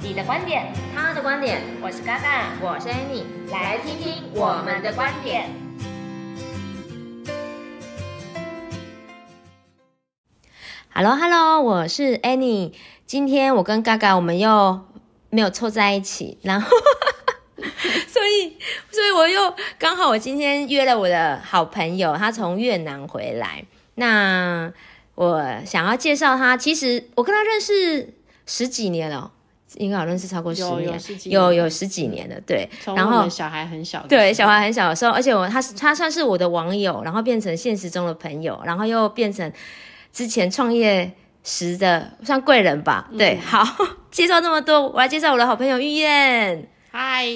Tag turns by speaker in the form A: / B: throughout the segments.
A: 你的观点，
B: 他的观点，
A: 我是嘎嘎，
B: 我是 Annie，
A: 来听听我们的观点。
B: Hello Hello，我是 Annie。今天我跟嘎嘎我们又没有凑在一起，然后 所以所以我又刚好我今天约了我的好朋友，他从越南回来。那我想要介绍他，其实我跟他认识十几年了，应该有认识超过十
C: 有
B: 年，
C: 有十几
B: 有
C: 年
B: 有十几年了，对。
C: 从
B: 然
C: 我
B: 后
C: 们小孩很小的时候，
B: 对，小孩很小的时候，而且我他是他算是我的网友，然后变成现实中的朋友，然后又变成之前创业时的算贵人吧。对，好， 介绍这么多，我来介绍我的好朋友玉燕。
C: 嗨，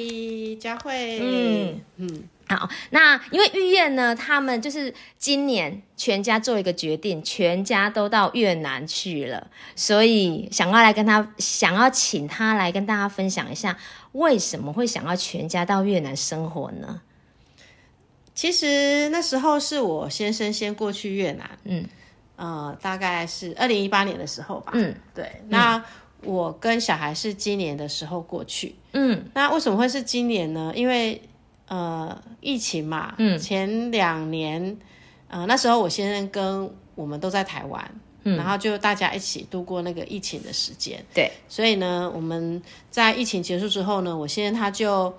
C: 佳慧，
B: 嗯
C: 嗯嗯，
B: 好，那因为玉燕呢，他们就是今年全家做一个决定，全家都到越南去了，所以想要来跟他，想要请他来跟大家分享一下，为什么会想要全家到越南生活呢？
C: 其实那时候是我先生先过去越南，
B: 嗯
C: 呃，大概是二零一八年的时候吧，
B: 嗯
C: 对，那我跟小孩是今年的时候过去，
B: 嗯
C: 那为什么会是今年呢？因为呃，疫情嘛，
B: 嗯
C: 前两年，呃，那时候我先生跟我们都在台湾，
B: 嗯
C: 然后就大家一起度过那个疫情的时间。
B: 对，
C: 所以呢，我们在疫情结束之后呢，我先生他就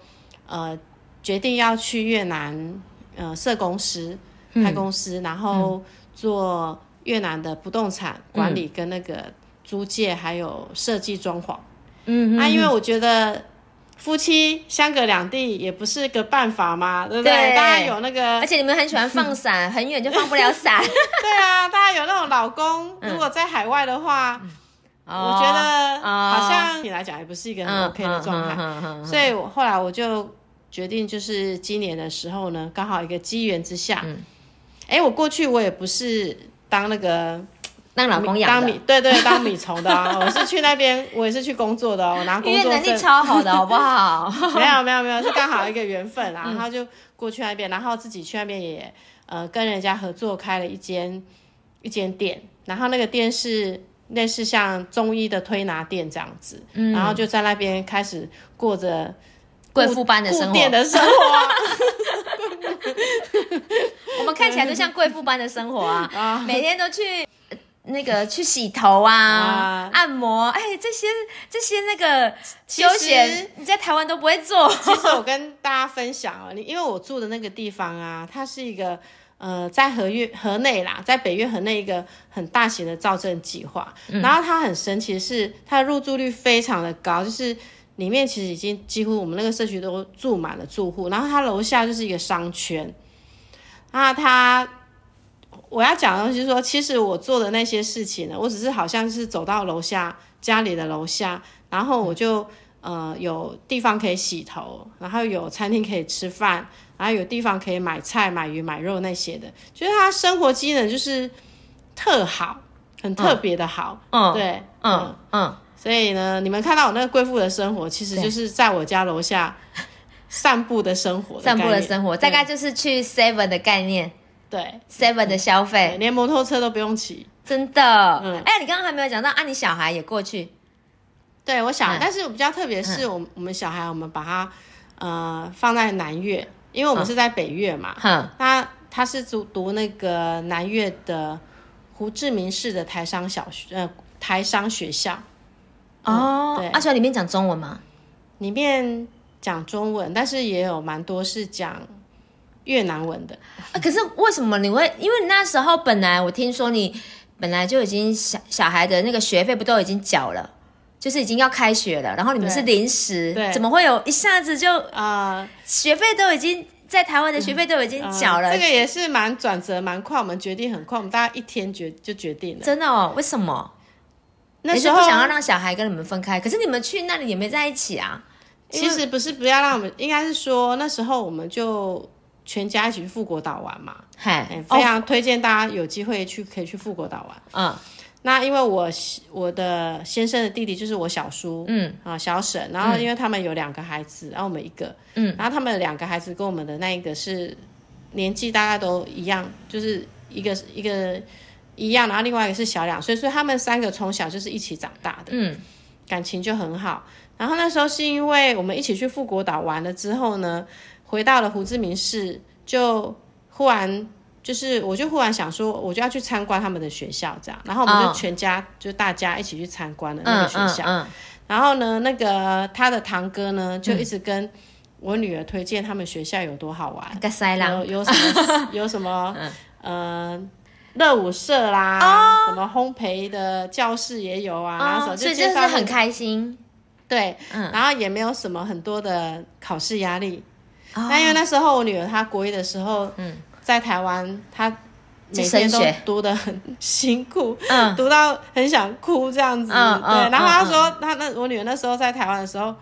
C: 呃决定要去越南呃设公司
B: 嗯
C: 开公司，然后做越南的不动产管理跟那个租借，还有设计装潢。
B: 嗯
C: 啊，因为
B: 嗯
C: 我觉得夫妻相隔两地也不是个办法嘛，对不对？
B: 对
C: 大家有那个，
B: 而且你们很喜欢放伞，很远就放不了伞。
C: 对啊，大家有那种老公，
B: 嗯
C: 如果在海外的话， 我
B: 哦
C: 觉得
B: 哦嗯
C: 好像你来讲也不是一个很 OK 的状态，
B: 态
C: 所以我后来我就决定，就是今年的时候呢，刚好一个机缘之下
B: 嗯，
C: 哎、我过去我也不是当那个
B: 让老公养
C: 当
B: 的
C: 米，，对对，当米虫的、啊， 我是去那边，我也是去工作的哦、我拿工
B: 因为
C: 作
B: 能力
C: 证。
B: 超好的，好不好？ 嗯
C: 没有没有没有，是刚好一个缘分啦。然后就过去那边，然后自己去那边也呃跟人家合作开了一间一间店，然后那个店是类似像中医的推拿店这样子，
B: 嗯
C: 然后就在那边开始过着
B: 贵妇般的
C: 顾
B: 生活，
C: 店的生活 啊。
B: 我们看起来就像贵妇般的生活啊
C: 啊，
B: 每天都去。呃那个去洗头啊
C: 啊，
B: 按摩，哎，这些这些那个休
C: 实
B: 闲，你在台湾都不会做。
C: 其实我跟大家分享哦，你因为我住的那个地方啊，它是一个呃，在河越河内啦，在北越河内一个很大型的造镇计划，
B: 嗯
C: 然后它很神奇的是，它的入住率非常的高，就是。里面其实已经几乎我们那个社区都住满了住户，然后它楼下就是一个商圈。那它我要讲的东西是说，其实我做的那些事情呢，我只是好像是走到楼下家里的楼下，然后
B: 嗯
C: 我就呃有地方可以洗头，然后有餐厅可以吃饭，然后有地方可以买菜、买鱼、买肉那些的，就是他生活机能就是特好，很特别的好，
B: 嗯
C: 对，
B: 嗯嗯，
C: 所以呢，你们看到我那个贵妇的生活，其实
B: 对
C: 就是在我家楼下散步的生活的概
B: 散
C: 念，
B: 步的生活，大概
C: 对
B: 就是去 Seven 的概念
C: 对
B: ，Seven 的消费，
C: 连摩托车都不用骑。
B: 真的。
C: 嗯
B: 哎，你刚刚还没有讲到啊，你小孩也过去，
C: 对，我想，
B: 嗯
C: 但是比较特别是我们、我们小孩，我们把他呃放在南越，因为
B: 嗯
C: 我们是在北越嘛。
B: 哼，
C: 他他是读读那个南越的胡志明市的台商小学，呃，台商学校
B: 哦
C: 对，
B: 阿水里面讲中文吗？
C: 里面讲中文，但是也有蛮多是讲越南文的。
B: 啊，可是为什么你会？因为你那时候本来我听说你本来就已经小小孩的那个学费不都已经缴了，就是已经要开学了，然后你们
C: 对
B: 是临时，
C: 对
B: 怎么会有一下子就
C: 啊、
B: 学费都已经在台湾的学费都已经缴了，
C: 呃嗯这个也是蛮转折蛮快，我们决定很快，我们大概一天决就决定了。
B: 真的哦？为什么？
C: 那
B: 你
C: 时
B: 是
C: 候
B: 不想要让小孩跟你们分开，可是你们去那里也没在一起啊。
C: 其实不是不要让我们，应该是说那时候我们就全家一起去富国岛玩嘛，哎、
B: 嗨，
C: 非
B: 哦，
C: 常推荐大家有机会去可以去富国岛玩。
B: 嗯
C: 那因为我我的先生的弟弟就是我小叔，
B: 嗯
C: 啊小沈，然后因为他们有两个孩子，然后我们一个，
B: 嗯，
C: 然后他们两个孩子跟我们的那一个是年纪大概都一样，就是一个一个一样，然后另外一个是小两岁，所以他们三个从小就是一起长大的，
B: 嗯
C: 感情就很好。然后那时候是因为我们一起去富国岛玩了之后呢，回到了胡志明市，就忽然就是我就忽然想说，我就要去参观他们的学校这样，然后我们
B: 哦
C: 就全家、就大家一起去参观了那
B: 嗯
C: 个学校。
B: 嗯
C: 然后呢，那个他的堂哥呢就一直跟我女儿推荐他们学校有多好玩
B: 嗯，，该塞
C: 有
B: 啦，
C: 有什 么啊有什么
B: 嗯
C: 呃热舞社啦，什么烘焙的教室也有啊，然后什
B: 哦，
C: 么
B: 所
C: 就
B: 以就
C: 介
B: 是
C: 绍
B: 很开心。
C: 对，
B: 嗯
C: 然后也没有什么很多的考试压力。
B: 哦
C: 那因为那时候我女儿她国一的时候，
B: 嗯
C: 在台湾她每
B: 去
C: 天
B: 升
C: 都
B: 学
C: 读得很 辛苦，
B: 嗯
C: 读到很想哭这样子。
B: 嗯
C: 对，
B: 嗯
C: 然后她
B: 嗯
C: 说，她那我女儿那时候在台湾的时候，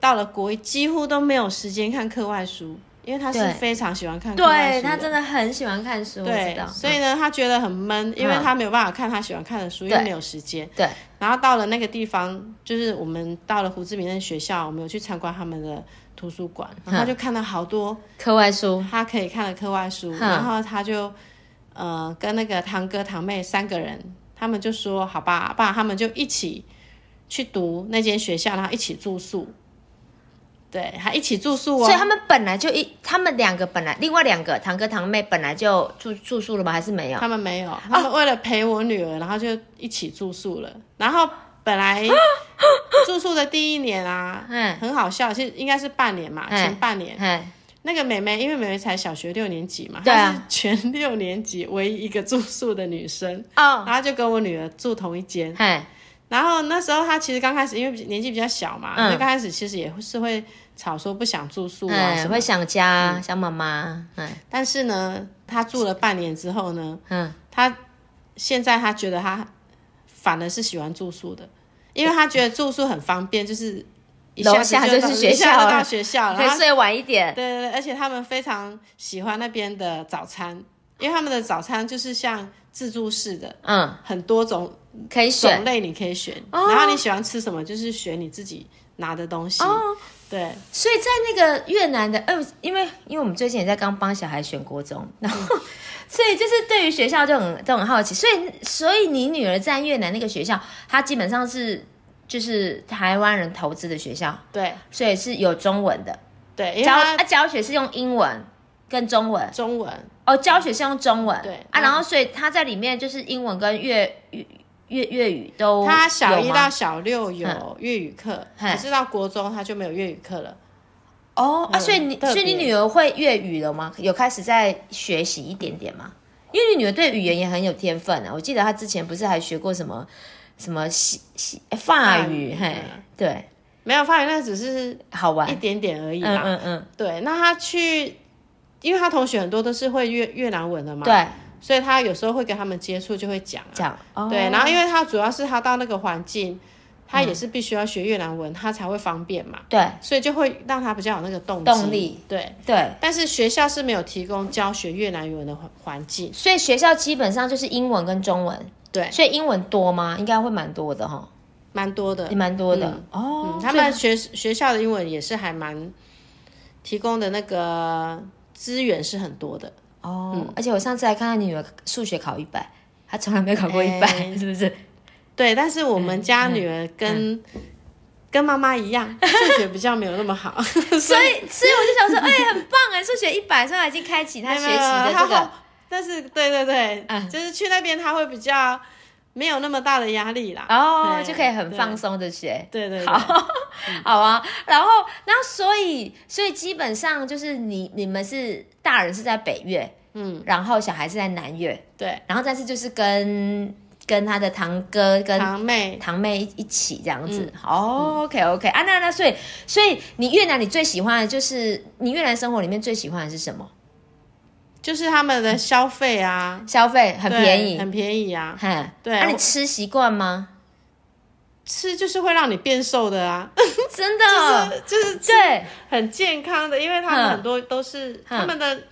C: 到了国一几乎都没有时间看课外书，因为她是
B: 对
C: 非常喜欢看课外书
B: 对他真
C: 的。
B: 的很喜欢看书，我知
C: 对
B: 道，。嗯
C: 所以呢，她觉得很闷，因为她没有办法看她喜欢看的书，因为
B: 对
C: 没有时间。
B: 嗯对，
C: 然后到了那个地方，就是我们到了胡志明的学校，我们有去参观他们的图书馆，然后他就看到好多
B: 课外书，
C: 他可以看的课外书，
B: 嗯
C: 然后他就呃跟那个堂哥堂妹三个人，他们就说好吧，爸，他们就一起去读那间学校，然后一起住宿，对，还一起住宿哦，
B: 所以他们本来就一，他们两个本来另外两个堂哥堂妹本来就住住宿了吗？还是没有？
C: 他们没
B: 啊
C: 有，他们为了陪我女儿，然后就一起住宿了。然后本来 住宿的第一年啊
B: 嗯，
C: 很好笑，其实应该是半年嘛，
B: 嗯
C: 前半年。
B: 哎，
C: 那个妹妹，因为妹妹才小学六年级嘛，
B: 对啊
C: 她是全六年级唯一一个住宿的女生，
B: 哦，
C: 然后就跟我女儿住同一间。
B: 哎，
C: 然后那时候她其实刚开始，因为年纪比较小嘛，
B: 嗯
C: 所以刚开始其实也是会吵说不想住宿啊什
B: 哎，
C: 么的嗯
B: 会想家，想妈妈，哎，
C: 但是呢，她住了半年之后呢，
B: 嗯，
C: 他现在他觉得他反而是喜欢住宿的，因为他觉得住宿很方便，就是一下
B: 楼
C: 子
B: 下
C: 就
B: 就是
C: 到
B: 学
C: 一下
B: 校
C: 就
B: 了
C: 到学校了。
B: 可以
C: 然后
B: 睡晚一
C: 对
B: 点，
C: 对对，而且他们非常喜欢那边的早餐，因为他们的早餐就是像自助式的，
B: 嗯，
C: 很多种
B: 可以
C: 种
B: 选。
C: 类你可以选，
B: 哦
C: 然后你喜欢吃什么就是选你自己拿的东西。
B: 哦
C: 对，
B: 所以在那个越南的，呃，因为因为我们最近也在刚帮小孩选国中，
C: 嗯
B: 然后， 所以就是对于学校就很都很好奇，所以所以你女儿在越南那个学校，她基本上是就是台湾人投资的学校，
C: 对
B: 所以是有中文的，
C: 对，因为
B: 教
C: 他
B: 啊教学是用英文跟中文
C: 中文
B: 哦，教学是用中文
C: 嗯对
B: 啊，
C: 嗯
B: 然后所以他在里面就是英文跟粤粤粤粤语都
C: 他小
B: 哦有
C: 一
B: 吗嗯
C: 到小六有粤语课，
B: 嘿
C: 可是到国中他就没有粤语课了。
B: 哦啊，
C: 嗯
B: 所以你
C: 特别
B: 所以你女儿会粤语了吗？有开始在学习一点点吗？因为你女儿对语言也很有天分啊，我记得她之前不是还学过什么什么西西哎法语，
C: 法语
B: 嘿
C: 嗯，
B: 对，
C: 没有发现，那只是
B: 好玩
C: 一，点点而已
B: 嗯
C: 啦。
B: 嗯嗯，
C: 对，那他去，因为他同学很多都是会越越南文的嘛，，
B: 对，
C: 所以他有时候会跟他们接触，就会讲、啊。
B: 这样，哦
C: 对，然后因为他主要是他到那个环境，他也是必须要学越南文，他才会方便嘛，
B: 对
C: 所以就会让他比较有那个动机
B: 动力。
C: 对，
B: 对，
C: 但是学校是没有提供教学越南文的环环境。
B: 所以学校基本上就是英文跟中文，
C: 对，
B: 所以英文多吗？应该会蛮多的哈，
C: 蛮多的
B: 也。蛮多的、
C: 嗯
B: 哦，。
C: 他们学学校的英文也是还蛮提供的那个资源是很多的。
B: 哦，
C: 嗯
B: 而且我上次还看到你女儿数学考一百，她从来没有考过一百、
C: 哎
B: 是不是？
C: 对，但是我
B: 嗯
C: 们家女儿跟、跟妈妈 一样，数学比较没有那么好， 所
B: 所以，所以我就想说，哎、很棒哎，数学一百，所以她已经开启她学习的这个。。
C: 但是对对对，
B: 嗯
C: 就是去那边她会比较没有那么大的压力啦，
B: 哦，
C: 对
B: 就可以很放。松的学，
C: 对对对，
B: 好，好啊。然后，然后，所以，所以基本上就是你你们是大人是在北越，
C: 嗯，
B: 然后小孩是在南越，
C: 对
B: 然后但是就是跟跟他的堂哥跟
C: 堂嗯妹
B: 堂妹一起这样子。哦，OK OK 啊，那那所以所以你越南你最喜欢的就是你越南生活里面最喜欢的是什么？
C: 就是他们的消费啊，
B: 消费很
C: 对
B: 便宜，
C: 很便宜啊，
B: 嘿，
C: 对
B: 那、你
C: 我
B: 吃习惯吗？
C: 吃就是会让你变瘦的啊，
B: 真的，
C: 就是吃
B: 对，
C: 很健康的，因为他
B: 嗯
C: 们很多都是、他们的，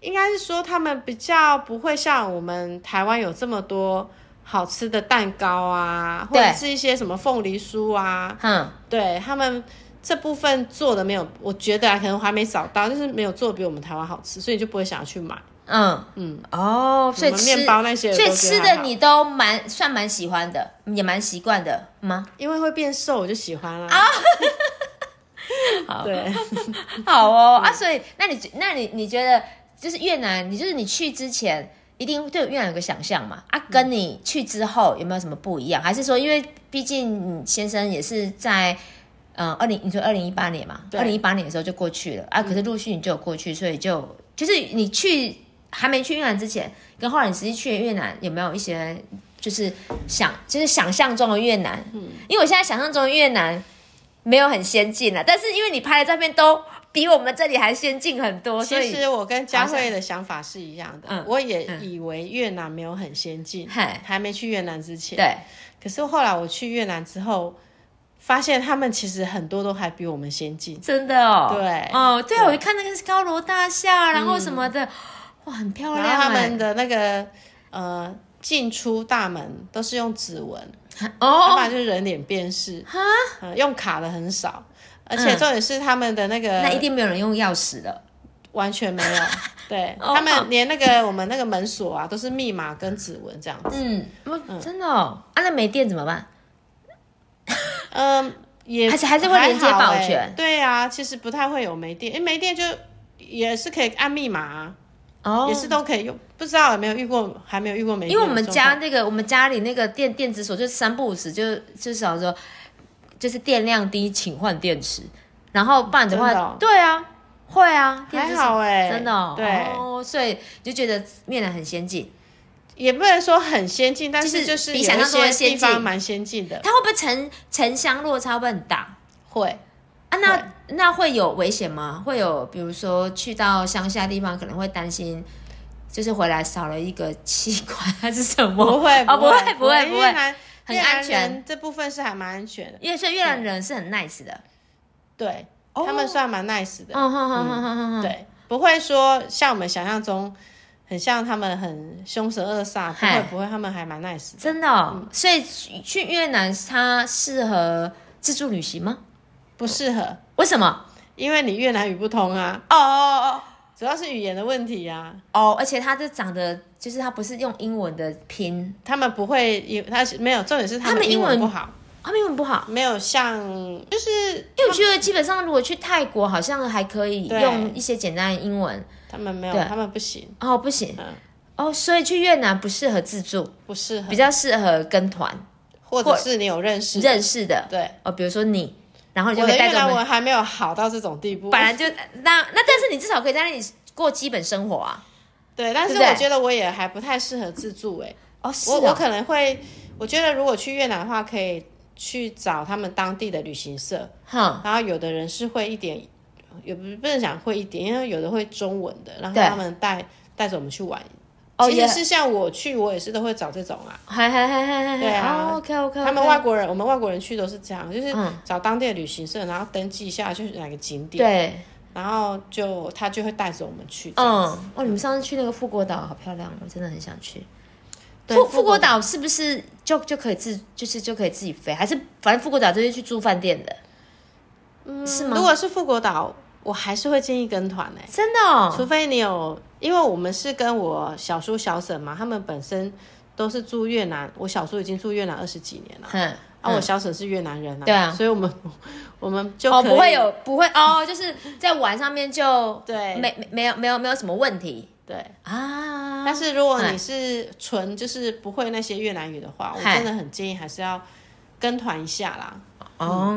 C: 应该是说他们比较不会像我们台湾有这么多好吃的蛋糕啊，或
B: 对
C: 者是一些什么凤梨酥啊，
B: 哼，
C: 对他们这部分做的没有，我觉得、啊、可能还没找到，就是没有做得比我们台湾好吃，所以就不会想要去买。
B: 嗯
C: 嗯，
B: 哦，所以
C: 什么
B: 吃
C: 面包那些也
B: 所以
C: 都觉得
B: 吃
C: 还
B: 的
C: 好
B: 你都蛮算蛮喜欢的，也蛮习惯的吗？
C: 因为会变瘦，我就喜欢啦。
B: 啊好
C: 对，
B: 好哦啊，所以那你那你你觉得就是越南，你就是你去之前一定对越南有个想象嘛？啊，跟你去之后有没有什么不一样？还是说，因为毕竟你先生也是在嗯二零，你说二零一八年嘛，
C: 对
B: 二零一八年的时候就过去了啊，可是陆续你就有过去，所以就就是你去还没去越南之前，跟后来你实际去越南有没有一些就是想就是想象中的越南？
C: 嗯
B: 因为我现在想象中的越南没有很先进啊了，但是因为你拍的照片都比我们这里还先进很多，所
C: 其
B: 以
C: 实我跟佳慧的想法是一样的，
B: 嗯
C: 我也
B: 嗯
C: 以为越南没有很先进，
B: 嘿
C: 还没去越南之前。
B: 对，
C: 可是后来我去越南之后，发现他们其实很多都还比我们先进。
B: 真的哦，
C: 对
B: 哦，对，
C: 对嗯
B: 我一看那个是高楼大厦，然后什么的，哇，很漂亮
C: 然后他们
B: 哎，
C: 的那个呃进出大门都是用指纹，要不
B: 哦
C: 然，就是人脸辨识，
B: 哈，
C: 呃用卡的很少。而且
B: 嗯
C: 重点是他们的那个
B: 那一定没有人用钥匙的，
C: 完全 没有，对
B: 哦
C: 他们连那个我们那个门锁啊都是密码跟指纹这样子。
B: 嗯，不真的哦，啊，那没电怎么办？
C: 嗯，也
B: 还是还是会连接
C: 还好
B: 保
C: 欸
B: 全
C: 对啊，其实不太会有没电，因为没电就也是可以按密码、啊，
B: 哦，
C: 也是都可以用。不知道有没有遇过，还没有遇过没电
B: 因
C: 的
B: 为
C: 状
B: 我
C: 况。
B: 们家那个我们家里那个电电子锁就是三不五时就就想说，就是电量低，请换电池。然后不然的话，
C: 真的哦
B: 对啊，会啊，电
C: 还
B: 子锁
C: 好哎、
B: 真的、哦，
C: 对，
B: 哦，所以你就觉得越南很先进。
C: 也不能说很先进，但
B: 就是是
C: 就是
B: 比
C: 有
B: 想
C: 一
B: 象中的
C: 些
B: 先
C: 地
B: 进
C: 方蛮先进的，
B: 它会不会城城乡落差会不会很大
C: 会
B: 啊？那那会有危险吗？会有，比如说去到乡下地方，可能会担心，就是回来少了一个器官还是什么？
C: 不会
B: 哦，不会，不会，
C: 因
B: 不
C: 为越
B: 会。
C: 南
B: 很
C: 越南
B: 安全
C: 人这部分是还蛮安全的，
B: 因为所以越南人是很 nice 的，
C: 对、
B: 哦
C: 他们算蛮 nice 的，
B: 嗯哼哼哼哼哼，，
C: 对，不会说像我们想象中。很像他们很凶神恶煞，不
B: 嗨
C: 会不会，他们还蛮 nice 的。
B: 真的、哦所以去去越南它适合自助旅行吗？
C: 不适合，
B: 为什么？
C: 因为你越南语不通啊，
B: 哦哦
C: 主要是语言的问题啊。
B: 哦哦，而且它这长得就是它不是用英文的拼，
C: 他们不会英，他是没有重点是
B: 他
C: 们
B: 们英
C: 英
B: 文
C: 不好，
B: 它英文不好。
C: 没有像就是
B: 因为我觉得基本上如果去泰国，好像还可以
C: 对
B: 用一些简单的英文。
C: 他们没有，
B: 对
C: 他们不行，
B: 哦，不行
C: 嗯，
B: 哦，所以去越南不适合自助，
C: 不适合
B: 比，较适合跟团
C: 或者是你有认识
B: 认识的。
C: 对。
B: 哦，比如说你，然后你就
C: 我
B: 可
C: 的
B: 以带
C: 越
B: 着
C: 南
B: 我们，
C: 文还没有好到这种地步，
B: 本来就那那，但是你至少可以在那里过基本生活啊。
C: 对，但是
B: 对不对
C: 我觉得我也还不太适合自助哎、
B: 哦，是
C: 我
B: 哦
C: 我可能会，我觉得如果去越南的话，可以去找他们当地的旅行社，
B: 哼，
C: 然后有的人是会一点，也不不能讲会一点，因为有的会中文的，然后
B: 对
C: 他们带带着我们去玩。
B: 哦
C: 其
B: 也
C: 实是像我去，我也是都会找这种啊。
B: 还还还还还，
C: 对啊
B: o k 哦 OK，
C: 他们外国人，我们外国人去都是这样，就是
B: 嗯
C: 找当地的旅行社，然后登记一下去哪个景点，
B: 对，
C: 然后就他就会带着我们去。
B: 嗯
C: 嗯，，
B: 哦，你们上次去那个富国岛好漂亮，我真的很想去。
C: 对
B: 富
C: 富
B: 富国
C: 国岛
B: 岛是不是就就可以自就是就可以自己飞？还是反正富国岛就是去住饭店的？嗯，是吗？
C: 如果是富国岛，我还是会建议跟团欸诶、
B: 真的、哦，
C: 除非你有，因为我们是跟我小叔小婶嘛，他们本身都是住越南，我小叔已经住越南二十几年了。
B: 嗯，
C: 啊，
B: 嗯
C: 我小婶是越南人啊，
B: 对啊
C: 所以我们我们就
B: 哦
C: 可
B: 不会
C: 以
B: 有不会哦，就是在玩上面就
C: 对
B: 没没没有没有没有什么问题
C: 对。
B: 啊。
C: 但是如果
B: 嗨
C: 你是纯就是不会那些越南语的话，我
B: 嗨
C: 真的很建议还是要跟团一下啦。
B: 哦、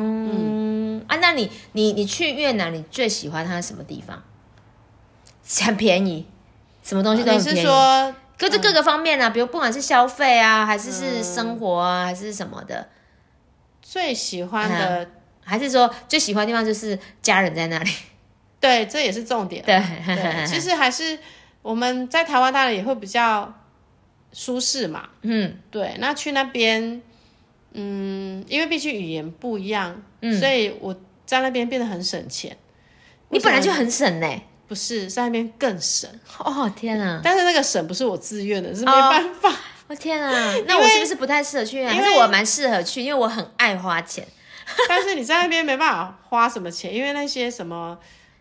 B: 啊，那你你你去越南，你最喜欢它什么地方？很便宜，什么东西都
C: 你
B: 很便宜。
C: 是说嗯
B: 各这各个方面啊，比如不管是消费啊，还是是生活啊，还是什么的，
C: 最喜欢
B: 嗯
C: 的，
B: 还是说最喜欢的地方就是家人在那里。
C: 对，这也是重点。
B: 对，
C: 对，其实还是我们在台湾当然也会比较舒适嘛。
B: 嗯，
C: 对，那去那边，嗯，因为毕竟语言不一样，
B: 嗯
C: 所以我在那边变得很省钱。
B: 你本来就
C: 为什么
B: 很省呢、
C: 不是在那边更省，
B: 哦天啊，
C: 但是那个省不是我自愿的，是没
B: 哦
C: 办法。
B: 哦天啊，那我是不是不太适合去啊？
C: 因
B: 还
C: 为
B: 是我蛮适合去，因为我很爱花钱。
C: 但是你在那边没办法花什么钱，因为那些什么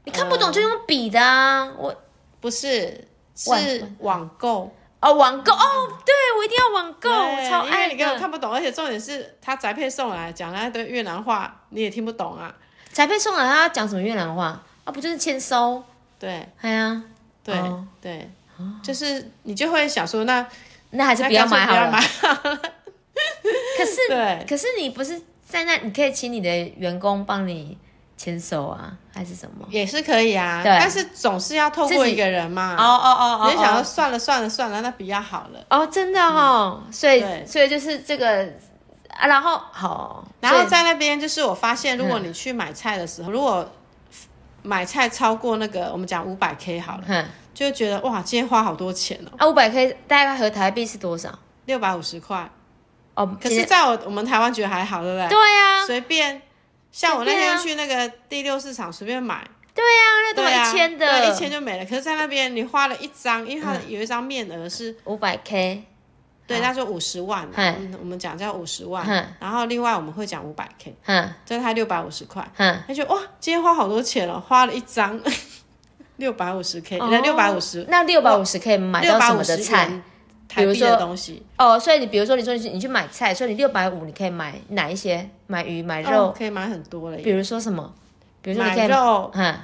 B: 你看不懂
C: 嗯
B: 就用笔的啊！我
C: 不是
B: 万
C: 是网购，
B: 哦，网购哦，对我一定要网购，哦我
C: 对
B: 超
C: 因为
B: 爱
C: 你根本看
B: 的。
C: 不懂，而且重点是他宅配送来讲那堆越南话，你也听不懂啊。
B: 宅配送来，他要讲什么越南话啊？不就是签收？
C: 对
B: 哎呀，
C: 对、
B: 哦
C: 对，就是你就会想说，那
B: 那还是
C: 那
B: 不要买好
C: 干脆
B: 了。
C: 不要买好了。
B: 可是
C: 对，
B: 可是你不是在那，你可以请你的员工帮你签收啊，还是什么？
C: 也是可以啊，
B: 对
C: 但是总是要透过一个人嘛。
B: 哦哦
C: 你就想说算了算了算了，那比较好了。
B: 哦，真的哦，所以
C: 嗯对
B: 所以就是这个啊，然后好，
C: 然后
B: 所以
C: 在那边就是我发现，如
B: 嗯
C: 果你去买菜的时候，如果买菜超过那个我们讲五百 K 好了，
B: 哼
C: 就会觉得哇，今天花好多钱哦，
B: 啊，五百 K 大概合台币是多少？
C: 六百五十块。
B: 哦，
C: 可
B: 其
C: 是
B: 实
C: 在我我们台湾觉得还好，对不对？
B: 对呀、啊，
C: 随便。像我那
B: 随便啊
C: 天去那个第六市场随便买，
B: 对呀、啊，那都
C: 对
B: 一
C: 啊，
B: 千的，嗯
C: 对一千就没了。可是，在那边你花了一张，因为它的有一张面额是
B: 五百 K，
C: 对，他说五十万，
B: 嗨
C: 嗯，我们讲叫五十万
B: 嗨，
C: 然后另外我们会讲五百 K，
B: 哼
C: 这是他六百五十块，
B: 哼，
C: 他就哇，今天花好多钱了，花了一张 六百五十 K，那六百五十，
B: 那六百五十可以哦买
C: 六
B: 到
C: 百
B: 什
C: 五
B: 么的
C: 十
B: 菜？比
C: 台币
B: 如说
C: 的东西，
B: 哦，所以你比如说，你说你去你去买菜，所以你六百五你可以买哪一些？买鱼、买肉，
C: 哦可以买很多了耶，
B: 比如说什么？比如说你可以
C: 买肉
B: 嗯，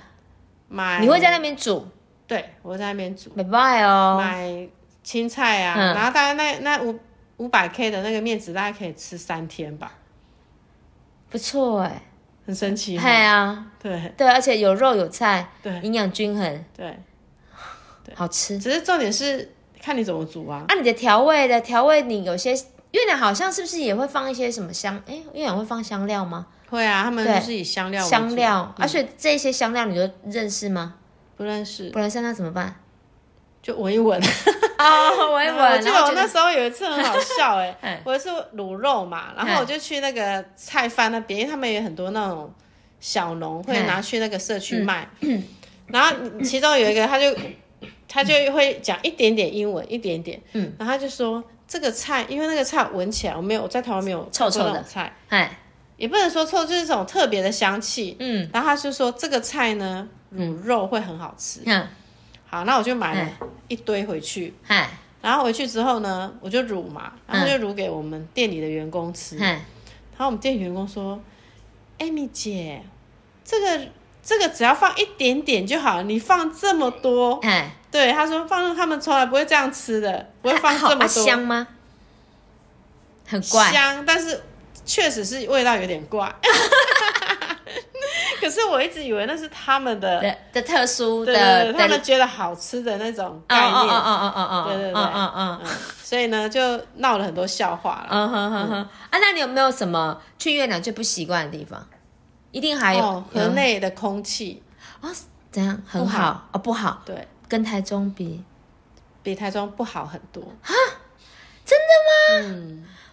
C: 买
B: 你会在那边煮，
C: 对我在那边煮，
B: 拜拜哦。
C: 买青菜啊，
B: 嗯
C: 然后大概那那五五百 K 的那个面子大概可以吃三天吧，
B: 不错哎，
C: 很神奇哦，
B: 对啊，
C: 对
B: 对，而且有肉有菜，
C: 对
B: 营养均衡，
C: 对，
B: 好吃。
C: 只是重点是看你怎么煮啊，
B: 啊，你的调味的调味，你有些越南好像是不是也会放一些什么香？哎，越南会放香料吗？
C: 会啊，他们
B: 对
C: 就是以香料为主
B: 香料，
C: 嗯
B: 啊，所以这些香料你都认识吗？
C: 不认识，
B: 不然像那怎么办？
C: 就闻 一闻。
B: 哦，我也
C: 啊我记得我那
B: 候
C: 时候有一次很好 笑哎、
B: 嗯
C: 我是卤肉嘛，然后我就去那个菜贩那边，因为他们有很多那种小农会
B: 嗯
C: 拿去那个社区卖，然后其中有一个他就他就会讲一点点英文，一点点，
B: 嗯，
C: 然后他就说这个菜，因为那个菜闻起来我没有我在台湾没有
B: 臭臭的
C: 吃过那种菜，
B: 哎，
C: 也不能说臭，就是这种特别的香气，
B: 嗯，
C: 然后他就说这个菜呢卤肉会很好吃，
B: 看，
C: 好，那我就买
B: 哎
C: 了一堆回去。
B: 嗨
C: 然后回去之后呢，我就卤嘛，然后
B: 嗯
C: 就卤给我们店里的员工吃。然
B: 嗨，
C: 后我们店里员工说：“艾米姐，这个这个只要放一点点就好，你放这么多，
B: 哎，
C: 对，他说放他们从来不会这样吃的，不会放
B: 啊好
C: 这
B: 啊
C: 么多，
B: 香吗？很怪，
C: 香，但是确实是味道有点 怪。 可是我一直以为那是他们的，
B: 的的特殊
C: 对对
B: 的
C: 对，他们
B: 的
C: 觉得好吃的那种
B: 哦
C: 概念，
B: 哦哦哦哦哦，
C: 对对对，
B: 嗯嗯
C: 嗯
B: 嗯。
C: 所以呢就闹了很多笑话了。
B: 嗯哼哼哼，啊，那你有没有什么去越南最不习惯的地方？一定还有
C: 哦，河内的空气，
B: 啊，怎样很
C: 不好
B: 好哦，不好，
C: 对
B: 跟台中比，
C: 比台中不好很多。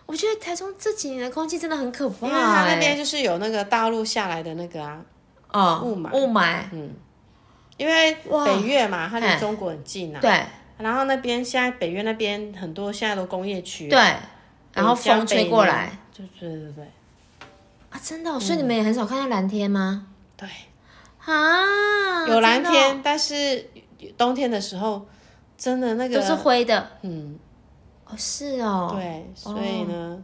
B: 我觉得台中这几年的空气真的很可怕、
C: 因
B: 欸，
C: 为它那边就是有那个大陆下来的那个啊，
B: 哦
C: 雾霾
B: 雾霾，
C: 嗯，因为
B: 哇
C: 北越嘛，它
B: 哎
C: 离中国很近啊。。
B: 对
C: 然后那边现在北越那边很多现在都工业区啊、
B: 对，
C: 北
B: 然后
C: 江
B: 风吹
C: 北
B: 过
C: 呢
B: 来，
C: 就对对对
B: 啊，真
C: 嗯
B: 的哦、所以你们也很少看到蓝天吗？
C: 对，
B: 啊，
C: 有
B: 真
C: 蓝
B: 的哦
C: 天，但是冬天的时候真的那个
B: 都是灰的，
C: 嗯，
B: 哦，是哦，，
C: 对，所以呢，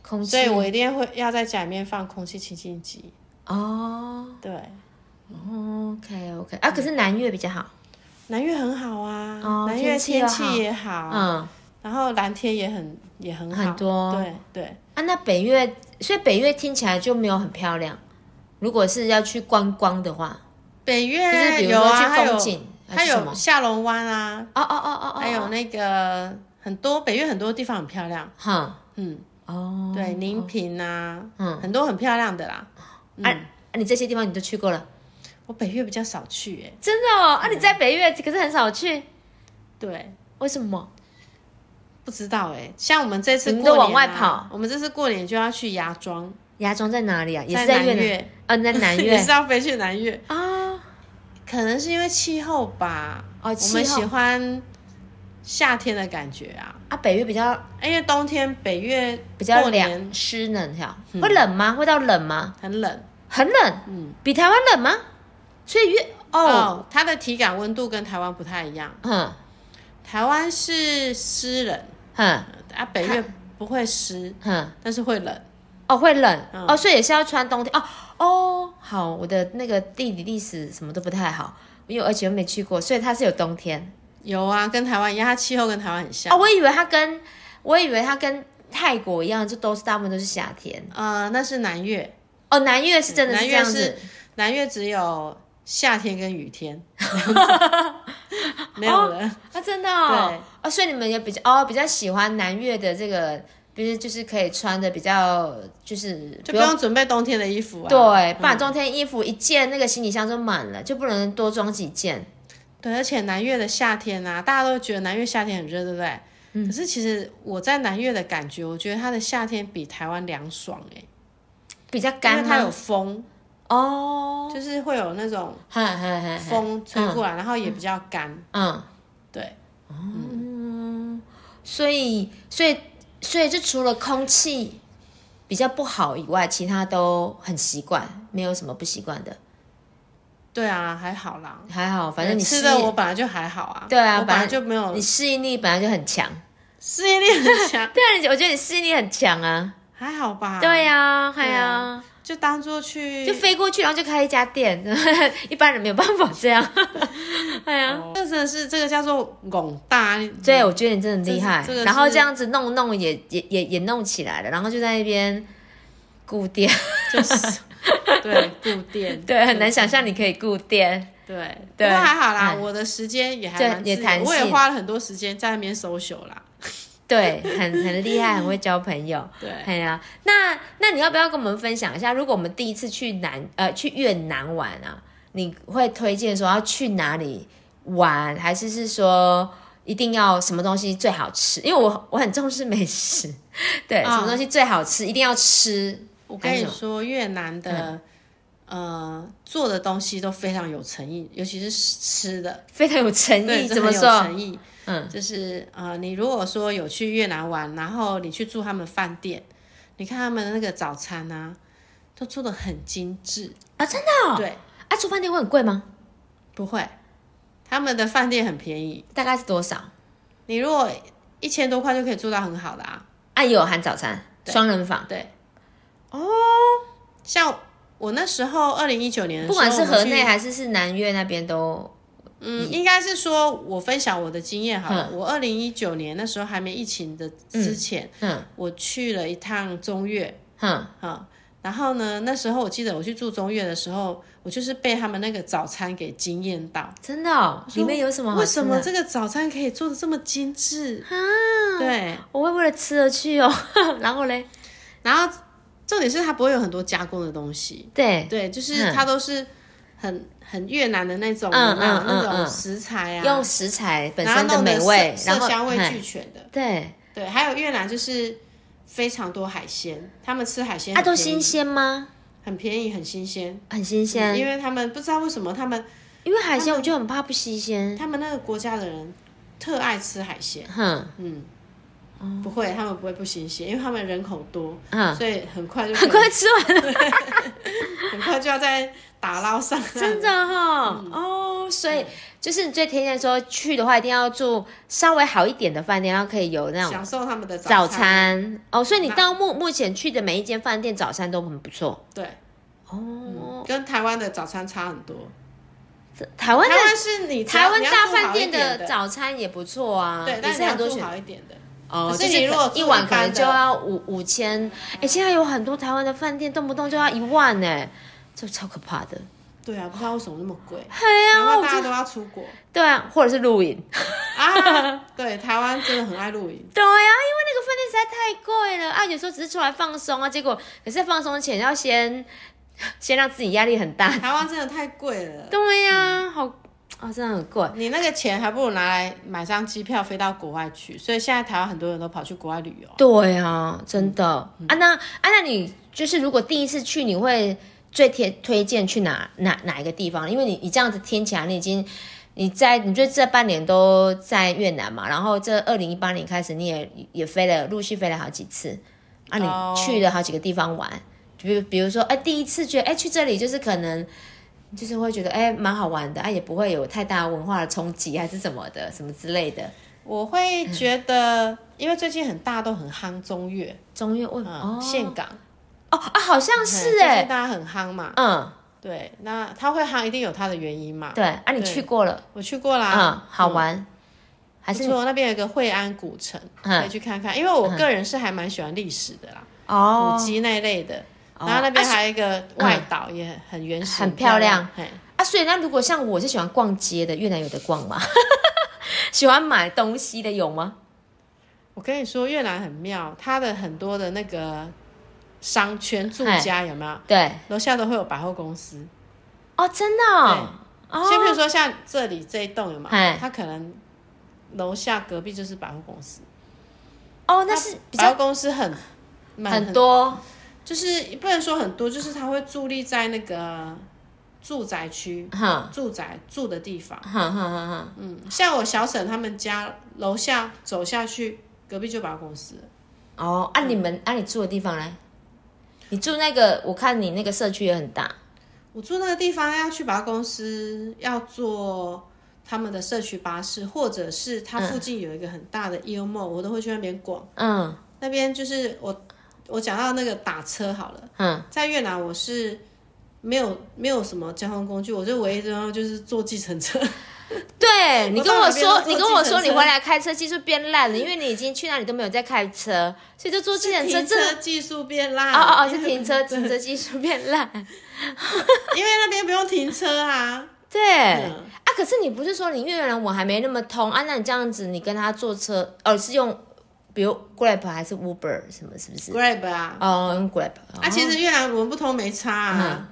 B: 空气，
C: 所以我一定会要在家里面放空气清净机。
B: 哦
C: 对，
B: ，OK OK，啊，可
C: 嗯
B: 是南越比较好，
C: 南越很好啊，
B: 哦
C: 南越
B: 天气又
C: 天
B: 好
C: 气也好，
B: 嗯，
C: 然后蓝天也很也很好，
B: 很多
C: 对对，
B: 啊，那北越，所以北越听起来就没有很漂亮，如果是要去观光的话，
C: 北
B: 就是
C: 越
B: 比如
C: 有
B: 说
C: 啊，
B: 去
C: 还
B: 风
C: 有
B: 景，
C: 它
B: 是什么
C: 有下龙湾啊，
B: 哦哦哦哦哦，
C: 还有那个很多北越很多地方很漂亮，
B: 哈
C: 嗯，
B: 哦，
C: 对，宁嗯平啊，
B: 嗯
C: 很多很漂亮的啦。
B: 啊啊，你这些地方你都去过了，
C: 我北越比较少去，哎，
B: 真的哦啊，你在北越可是很少去，
C: 对，
B: 为什么？
C: 不知道哎。像我们这次
B: 你
C: 过
B: 们
C: 年、啊、
B: 都往外跑
C: 我们这次过年就要去芽庄，
B: 芽庄在哪里啊？也是越
C: 在南
B: 南
C: 越
B: 啊，你在 南
C: 也
B: 越
C: 是要飞去南越，
B: 啊，可
C: 可能是因为气候吧。
B: 哦
C: 我
B: 气
C: 们
B: 候
C: 喜欢夏天的感觉啊，
B: 啊北越比较
C: 因为冬天北越
B: 比较
C: 过年
B: 凉湿冷哈，会冷吗？会到冷吗？
C: 很冷，
B: 很冷，
C: 嗯，
B: 比台湾冷吗？所以越哦，
C: 哦，它的体感温度跟台湾不太一样，
B: 哼
C: 台湾是湿冷，
B: 哼
C: 啊，北越不会湿，
B: 哼，
C: 但是会冷。
B: 哦会冷
C: 嗯
B: 哦，所以也是要穿冬天哦哦。好，我的那个地理历史什么都不太好，因为而且又没去过，所以它是有冬天
C: 有啊，跟台湾一样，它气候跟台湾很像。
B: 哦。我以为它跟我以为它跟泰国一样，就都是大部分都是夏天
C: 呃，那是南越，
B: 哦。南越是真的是
C: 南
B: 这
C: 越
B: 样
C: 是
B: 子，
C: 南越只有夏天跟 雨天，没有了。
B: 啊，真的哦，哦，所以你们也比较哦，比较喜欢南越的这个，比如就是可以穿的比较，就是
C: 就不用准备冬天的衣服啊。
B: 对，不然
C: 嗯
B: 冬天衣服一件，那个行李箱就满了，就不能多装几件。
C: 对，而且南越的夏天啊，大家都觉得南越夏天很热，对不对？
B: 嗯
C: 可是其实我在南越的感觉，我觉得它的夏天比台湾凉爽哎、
B: 比较
C: 因
B: 干
C: 为它
B: 吗
C: 有风，
B: 哦，嗯
C: 就是会有那种
B: 哼哼哼，哼
C: 风吹过来，然后也比较干。
B: 嗯，
C: 对，
B: 所以所以所以就除了空气比较不好以外，其他都很习惯，没有什么不习惯的，
C: 对啊，还好啦。
B: 还好，反正你
C: 吃
B: 适
C: 的
B: 应
C: 我本来就还好啊，
B: 对啊，
C: 我本来就没有
B: 你适应力本来就很强，
C: 适应力很强，
B: 对啊，你我觉得你适应力很强啊，
C: 还好吧？
B: 对、呀，哎
C: 对
B: 呀
C: 啊。就当做去
B: 就飞过去，然后就开一家店， 一般人没有办法这样。 哎呀，
C: 哦这真的是这个叫做拱大，
B: 对，我觉得你真的很厉害。
C: 这是这个
B: 然后
C: 是
B: 这样子弄弄也也也也弄起来了，然后就在那边顾店，
C: 就是 对固店，
B: 对，很难想象你可以顾店。
C: 对，
B: 对
C: 不过还好啦，
B: 嗯
C: 我的时间也还
B: 对
C: 蛮自
B: 也
C: 由
B: 弹
C: 我也
B: 性
C: 花了很多时间在那边 social 啦，
B: 对，很很厉害，很会交朋友。
C: 对，
B: 哎呀，那那你要不要跟我们分享一下？如果我们第一次去南呃去越南玩啊，你会推荐说要去哪里玩，还是是说一定要什么东西最好吃？因为我我很重视美食，对，
C: 啊
B: 什么东西最好吃一定要吃。
C: 我
B: 还
C: 跟
B: 有
C: 你
B: 什么
C: 说，越南
B: 嗯
C: 的。呃，做的东西都非常有诚意，尤其是吃的，
B: 非常有诚
C: 对，
B: 意，
C: 这
B: 怎么
C: 很有
B: 说？
C: 诚意，
B: 嗯，
C: 就是呃，你如果说有去越南玩，然后你去住他们饭店，你看他们的那个早餐啊，都做的很精致
B: 啊真
C: 的、对，
B: 啊，住饭店会很贵吗？
C: 不会，他们的饭店很便宜，
B: 大概是多少？
C: 你如果一千多块就可以住到很好的啊，
B: 啊，也有含早餐，双人房，
C: 对，哦，像我那时候二零一九年的时
B: 不
C: 候，
B: 管是
C: 我们
B: 河
C: 去
B: 内还是是南越那边都
C: 嗯，应该是说我分享我的经验好了，
B: 嗯
C: 我二零一九年那时候还没疫情的之前，
B: 嗯
C: 我去了一趟中越。
B: 哼
C: 啊、然后呢，那时候我记得我去住中越的时候，我就是被他们那个早餐给惊艳到。
B: 真的、哦，里面有什么好
C: 为
B: 吃
C: 什
B: 的？
C: 么这个早餐可以做的这么精致？
B: 啊？
C: 对，
B: 我会为了吃而去哦， 然后嘞，
C: 然后重点是它不会有很多加工的东西，
B: 对，
C: 对，就是
B: 嗯
C: 它都是很很越南的那种
B: 嗯
C: 有没有
B: 嗯嗯
C: 那
B: 嗯
C: 种食材啊，
B: 用食材本
C: 然后
B: 身
C: 弄
B: 的
C: 得
B: 美味，
C: 色
B: 然后嗯
C: 色香味
B: 嘿
C: 俱全的。
B: 对，
C: 对，还有越南就是非常多海鲜，他们吃海鲜
B: 啊，
C: 很
B: 都
C: 便宜
B: 新，鲜吗？
C: 很便宜，很新鲜。
B: 很新鲜，
C: 因为他们不知道为什么他们
B: 因为海鲜我就很怕不新鲜，
C: 他们那个国家的人特爱吃海鲜，
B: 哼
C: 嗯，
B: 哦
C: 不会，他们不会不新鲜，因为他们人口多，
B: 哼，
C: 所以很快就可以
B: 嗯很
C: 啊
B: 快吃 完了，
C: 很快就要在打捞上岸。
B: 真的哈、
C: 嗯
B: 哦，所以就是你最推荐说去的话，一定要住稍微好一点的饭店，然后可以有那种
C: 享受他们的
B: 早
C: 早
B: 餐哦，所以你到目目前去的每一间饭店早餐都很不错
C: 对，
B: 哦。
C: 跟台湾的早餐差很多。
B: 这台湾
C: 台
B: 的
C: 湾是你只要
B: 台湾
C: 你要
B: 大
C: 住
B: 饭
C: 好
B: 店
C: 一点
B: 的
C: 的，
B: 早餐也不错啊，
C: 对，
B: 也
C: 但
B: 是
C: 是要
B: 很多
C: 住
B: 选
C: 好一点的，
B: 哦。
C: 可是
B: 就
C: 你
B: 是可
C: 如果住
B: 一碗
C: 一
B: 可能
C: 般的
B: 就要五五千，哎，现在有很多台湾的饭店动不动就要一万呢，这超可怕的。
C: 对啊，不知道为什么那么贵，
B: 啊
C: 难怪大家都要出国
B: 对啊，或者是露营。
C: 啊！对，台湾真的很爱露营，
B: 对啊，因为那个饭店实在太贵了啊！有时候只是出来放松啊，结果可是在放松前要先先让自己压力很大。
C: 台湾真的太贵了。
B: 对呀、好啊、真的很贵。
C: 你那个钱还不如拿来买张机票飞到国外去，所以现在台湾很多人都跑去国外旅游。
B: 对啊，真的
C: 嗯
B: 啊，那啊，那你就是如果第一次去，你会最推推荐去哪哪哪一个地方？因为你你这样子听起来，你已经你在你就这半年都在越南嘛，然后这二零一八年开始，你也也飞了，陆续飞了好几次啊，你
C: 哦
B: 去了好几个地方玩，比如比如说，哎，第一次觉得哎去这里就是可能。就是会觉得哎，蛮好玩的，哎、也不会有太大文化的冲击，还是什么的，什么之类的。
C: 我会觉得，因为最近很大都很夯中越，
B: 中越问、
C: 嗯，
B: 哦，
C: 岘港
B: 哦啊，好像
C: 嗯
B: 是
C: 最
B: 哎、
C: 近大家很夯嘛，
B: 嗯，
C: 对，那它会夯一定有它的原因嘛。
B: 对，啊，你
C: 对
B: 去过了，
C: 我去过啦，
B: 嗯，好，玩，还
C: 不
B: 是
C: 错，那边有一个惠安古城，
B: 嗯
C: 可以去看看，因为我个人是还蛮喜欢历史的啦，
B: 哦
C: 古迹那一类的。
B: 哦
C: 然后那边
B: 啊嗯
C: 还有一个外岛，也很很原始，
B: 很漂
C: 漂
B: 亮
C: 嘿
B: 啊？所以那如果像我是喜欢逛街的，越南有的逛吗？ 喜欢买东西的有吗？
C: 我跟你说，越南很妙，它的很多的那个商圈住家有没有？
B: 对，
C: 楼下都会有百货公司。
B: 哦，真的哦，哦，
C: 像比如说像这里这一栋有没
B: 嗨
C: 有？它可能楼下隔壁就是百货公司，
B: 哦，那是比
C: 百货
B: 较
C: 公司很蛮
B: 很，多
C: 就是不能说很多，就是它会伫立在那个住宅区、
B: 哼，
C: 住宅住的地方。
B: 哼哼哼哼，
C: 嗯，像我小婶他们家楼下走下去，隔壁就百货公司了。
B: 哦，
C: 嗯
B: 按你们按你住的地方嘞？你住那个，我看你那个社区也很大，
C: 我住那个地方要去百货公司，要坐他们的社区巴士，或者是它附近有一个很大的 U m o 我都会去那边逛。
B: 嗯
C: 那边就是我我讲到那个打车好了，
B: 嗯，
C: 在越南我是没有没有什么交通工具，我就唯一然后就是坐计程车。
B: 对你跟我
C: 我
B: 说，
C: 爸爸没有坐
B: 你跟我
C: 计
B: 说
C: 程车
B: 你回来开车技术变烂了，因为你已经去那里都没有在开车，所以就坐计程车
C: 停
B: 真的
C: 车技术变烂
B: 哦哦哦，
C: 因
B: 是
C: 为
B: 停车，停车技术变烂。
C: 因为那边不用停车啊。
B: 对、
C: 嗯
B: 啊，可是你不是说你越南文还没那么通啊？那你这样子，你跟他坐车，哦，是用比如 Grab 还是 Uber 什么？是不是？
C: Grab 啊，
B: 哦，用 Grab 哦。
C: 啊，其实越南文不通没差
B: 嗯
C: 啊，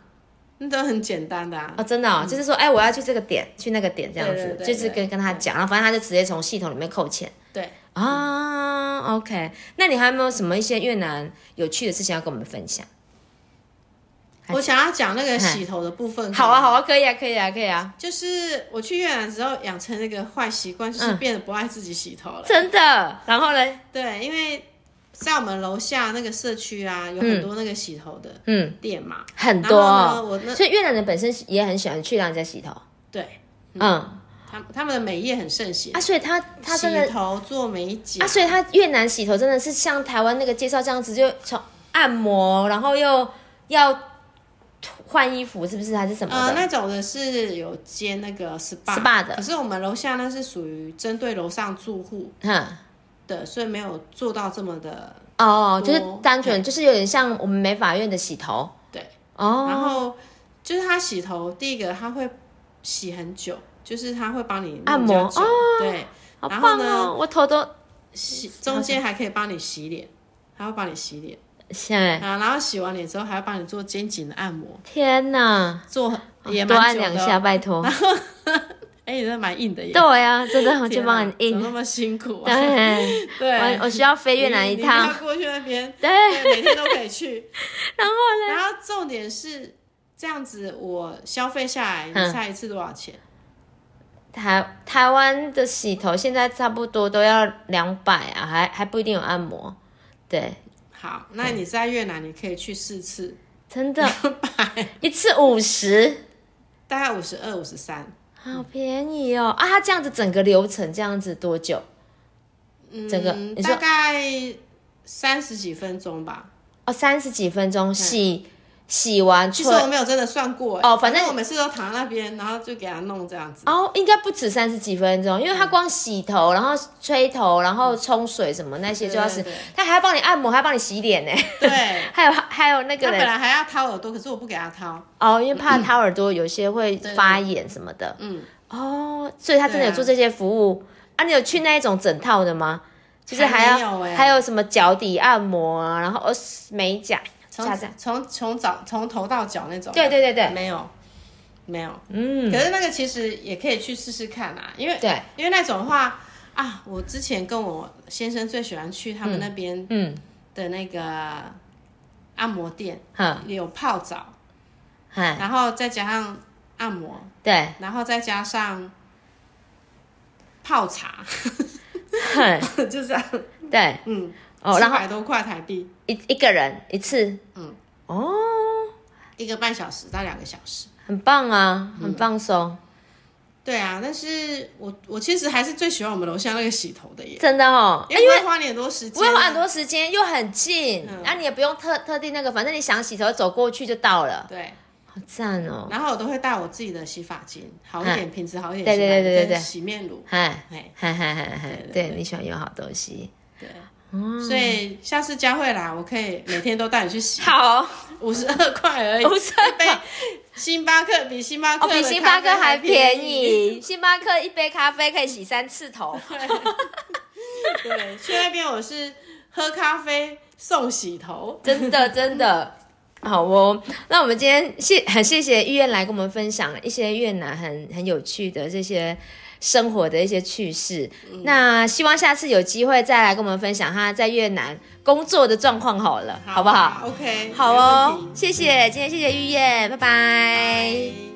C: 那都很简单的啊
B: 哦，。真的哦，就是说，哎，我要去这个点，去那个点，这样
C: 对
B: 子
C: 嗯对，对
B: 就是跟跟他讲，然后反正他就直接从系统里面扣钱
C: 对，
B: 啊。OK，那你还有没有什么一些越南有趣的事情要跟我们分享？还是
C: 我想要讲那个洗头的部分。
B: 嗯好啊，好啊，可以啊，可以啊，可以啊，
C: 就是我去越南之后养成那个坏习惯，
B: 嗯
C: 就是变得不爱自己洗头了。
B: 真的。然后呢？
C: 对，因为在我们楼下那个社区啊，有很多那个洗头的
B: 嗯，
C: 店嘛。
B: 很
C: 然后
B: 多哦。
C: 呢，我那
B: 所以越南人本身也很喜欢去让人家洗头，
C: 对
B: 嗯啊，
C: 他他们的美业很盛行，
B: 所以他他真
C: 洗
B: 的
C: 头做美甲
B: 啊，，所以他越南洗头真的是像台湾那个介绍这样子，就从按摩，然后又要换衣服，是不是还是什么
C: 呃，
B: 的？
C: 那种的是有接那个 SPA
B: SPA 的
C: 可是我们楼下那是属于针对楼上住户
B: 嗯，
C: 的，所以没有做到这么的
B: 哦，就是
C: 多
B: 单纯
C: 对
B: 就是有点像我们美法院的洗头
C: 对。
B: 哦，
C: 然后就是他洗头，第一个他会洗很久，就是他会帮你弄
B: 按摩哦
C: 比较久对，
B: 好
C: 然后
B: 棒
C: 呢
B: 哦，我头都
C: 洗中间还可以帮你洗脸，还会帮你洗脸
B: 现在
C: 啊，然后洗完脸之后还要帮你做肩颈的按摩，
B: 天哪，
C: 做也
B: 多按
C: 蛮久
B: 两
C: 的
B: 下，
C: 哦。
B: 拜托，
C: 哎，你这蛮硬的耶，
B: 对呀，真的就帮很
C: 天哪
B: 硬
C: 怎么那，么辛苦啊。
B: 对，
C: 对，
B: 我我需要飞越南一
C: 你
B: 趟
C: 你，要过去那边，
B: 对。
C: 对，每天都可以去。 然后呢？然后重点是这样子，我消费下来，
B: 嗯
C: 你猜一次多少钱？
B: 台台湾的洗头现在差不多都要两百啊，还还不一定有按摩。对，
C: 好，
B: 嗯
C: 那你在越南你可以去四次，
B: 真的，一次五十，
C: 大概五十二、五十三。
B: 好便宜哦！啊，它这样子整个流程这样子多久？
C: 嗯，
B: 整个你说
C: 大概三十几分钟吧。
B: 哦，三十几分钟洗洗完
C: 其
B: 吹
C: 实我没有真的算过、欸
B: 哦反正
C: 我每次都躺在那边，然后就给它弄这样子。
B: 哦，应该不止三十几分钟，因为他光洗头，然后吹头，然后冲水什么那些就要
C: 对
B: 是
C: 对对，
B: 他还要帮你按摩，还要帮你洗脸 呢，
C: 对，
B: 还有还有那
C: 他
B: 个
C: 本
B: 人
C: 来还要掏耳朵，可是我不给他掏。
B: 哦，因为怕掏耳朵有些会
C: 对对
B: 发炎什么的
C: 嗯，
B: 哦，所以他真的有
C: 对啊
B: 做这些服务啊？你有去那一种整套的吗？就是
C: 还
B: 还要
C: 没有欸
B: 还有什么脚底按摩啊，然后呃美甲，
C: 从
B: 像这样，
C: 从从早从头到脚那种。
B: 对对对对，
C: 没有，没有。
B: 嗯
C: 可，是那个其实也可以去试试看啊，因为
B: 对，
C: 因为那种的话啊，我之前跟我先生最喜欢去他们那边
B: 嗯，
C: 的那个按摩店，
B: 哼，
C: 有泡澡，
B: 嗨，
C: 然后再加上按摩，
B: 对，
C: 然后再加上泡茶，
B: 哼，
C: 就这样，
B: 对，
C: 嗯，
B: 哦，
C: 七
B: 然后
C: 百多块台币，
B: 一一个人一次，
C: 嗯，
B: 哦，
C: 一个半小时到两个小时。
B: 很棒啊，很放松，
C: 嗯对啊，但是我我其实还是最喜欢我们楼下那个洗头的耶，
B: 真的哦，
C: 因为花你很多时间啊，
B: 不会花很多时间，又很近，然
C: 嗯
B: 后你也不用特特地那个，反正你想洗头走过去就到了，
C: 对，
B: 好赞哦，
C: 然后我都会带我自己的洗发精，好一点，品质好一点
B: 嗯对
C: 的洗发
B: 对
C: 精，
B: 对对对
C: 跟洗面乳，
B: 嗨，
C: 哎，
B: 嗨嗨嗨嗨
C: 对，对
B: 对
C: 对
B: 你喜欢用好东西，
C: 对，
B: 嗯，
C: 所以下次佳慧来，我可以每天都带你去洗，
B: 好，
C: 五十二 块而已，
B: 52
C: 一杯星巴克比星巴克
B: 哦，
C: 的
B: 比星巴克
C: 咖啡
B: 还
C: 还
B: 便
C: 宜，
B: 宜，星巴克一杯咖啡可以洗三次头，
C: 对，去那边我是喝咖啡送洗头，
B: 真 的真的。好哦，那我们今天谢很谢谢玉燕来跟我们分享一些越南很很有趣的这些生活的一些趣事。那希望下次有机会再来跟我们分享她在越南工作的状况好了，好不好？
C: ？OK，
B: 好
C: 没
B: 哦
C: 问，题
B: 谢谢，今天谢谢玉燕，拜拜
C: 拜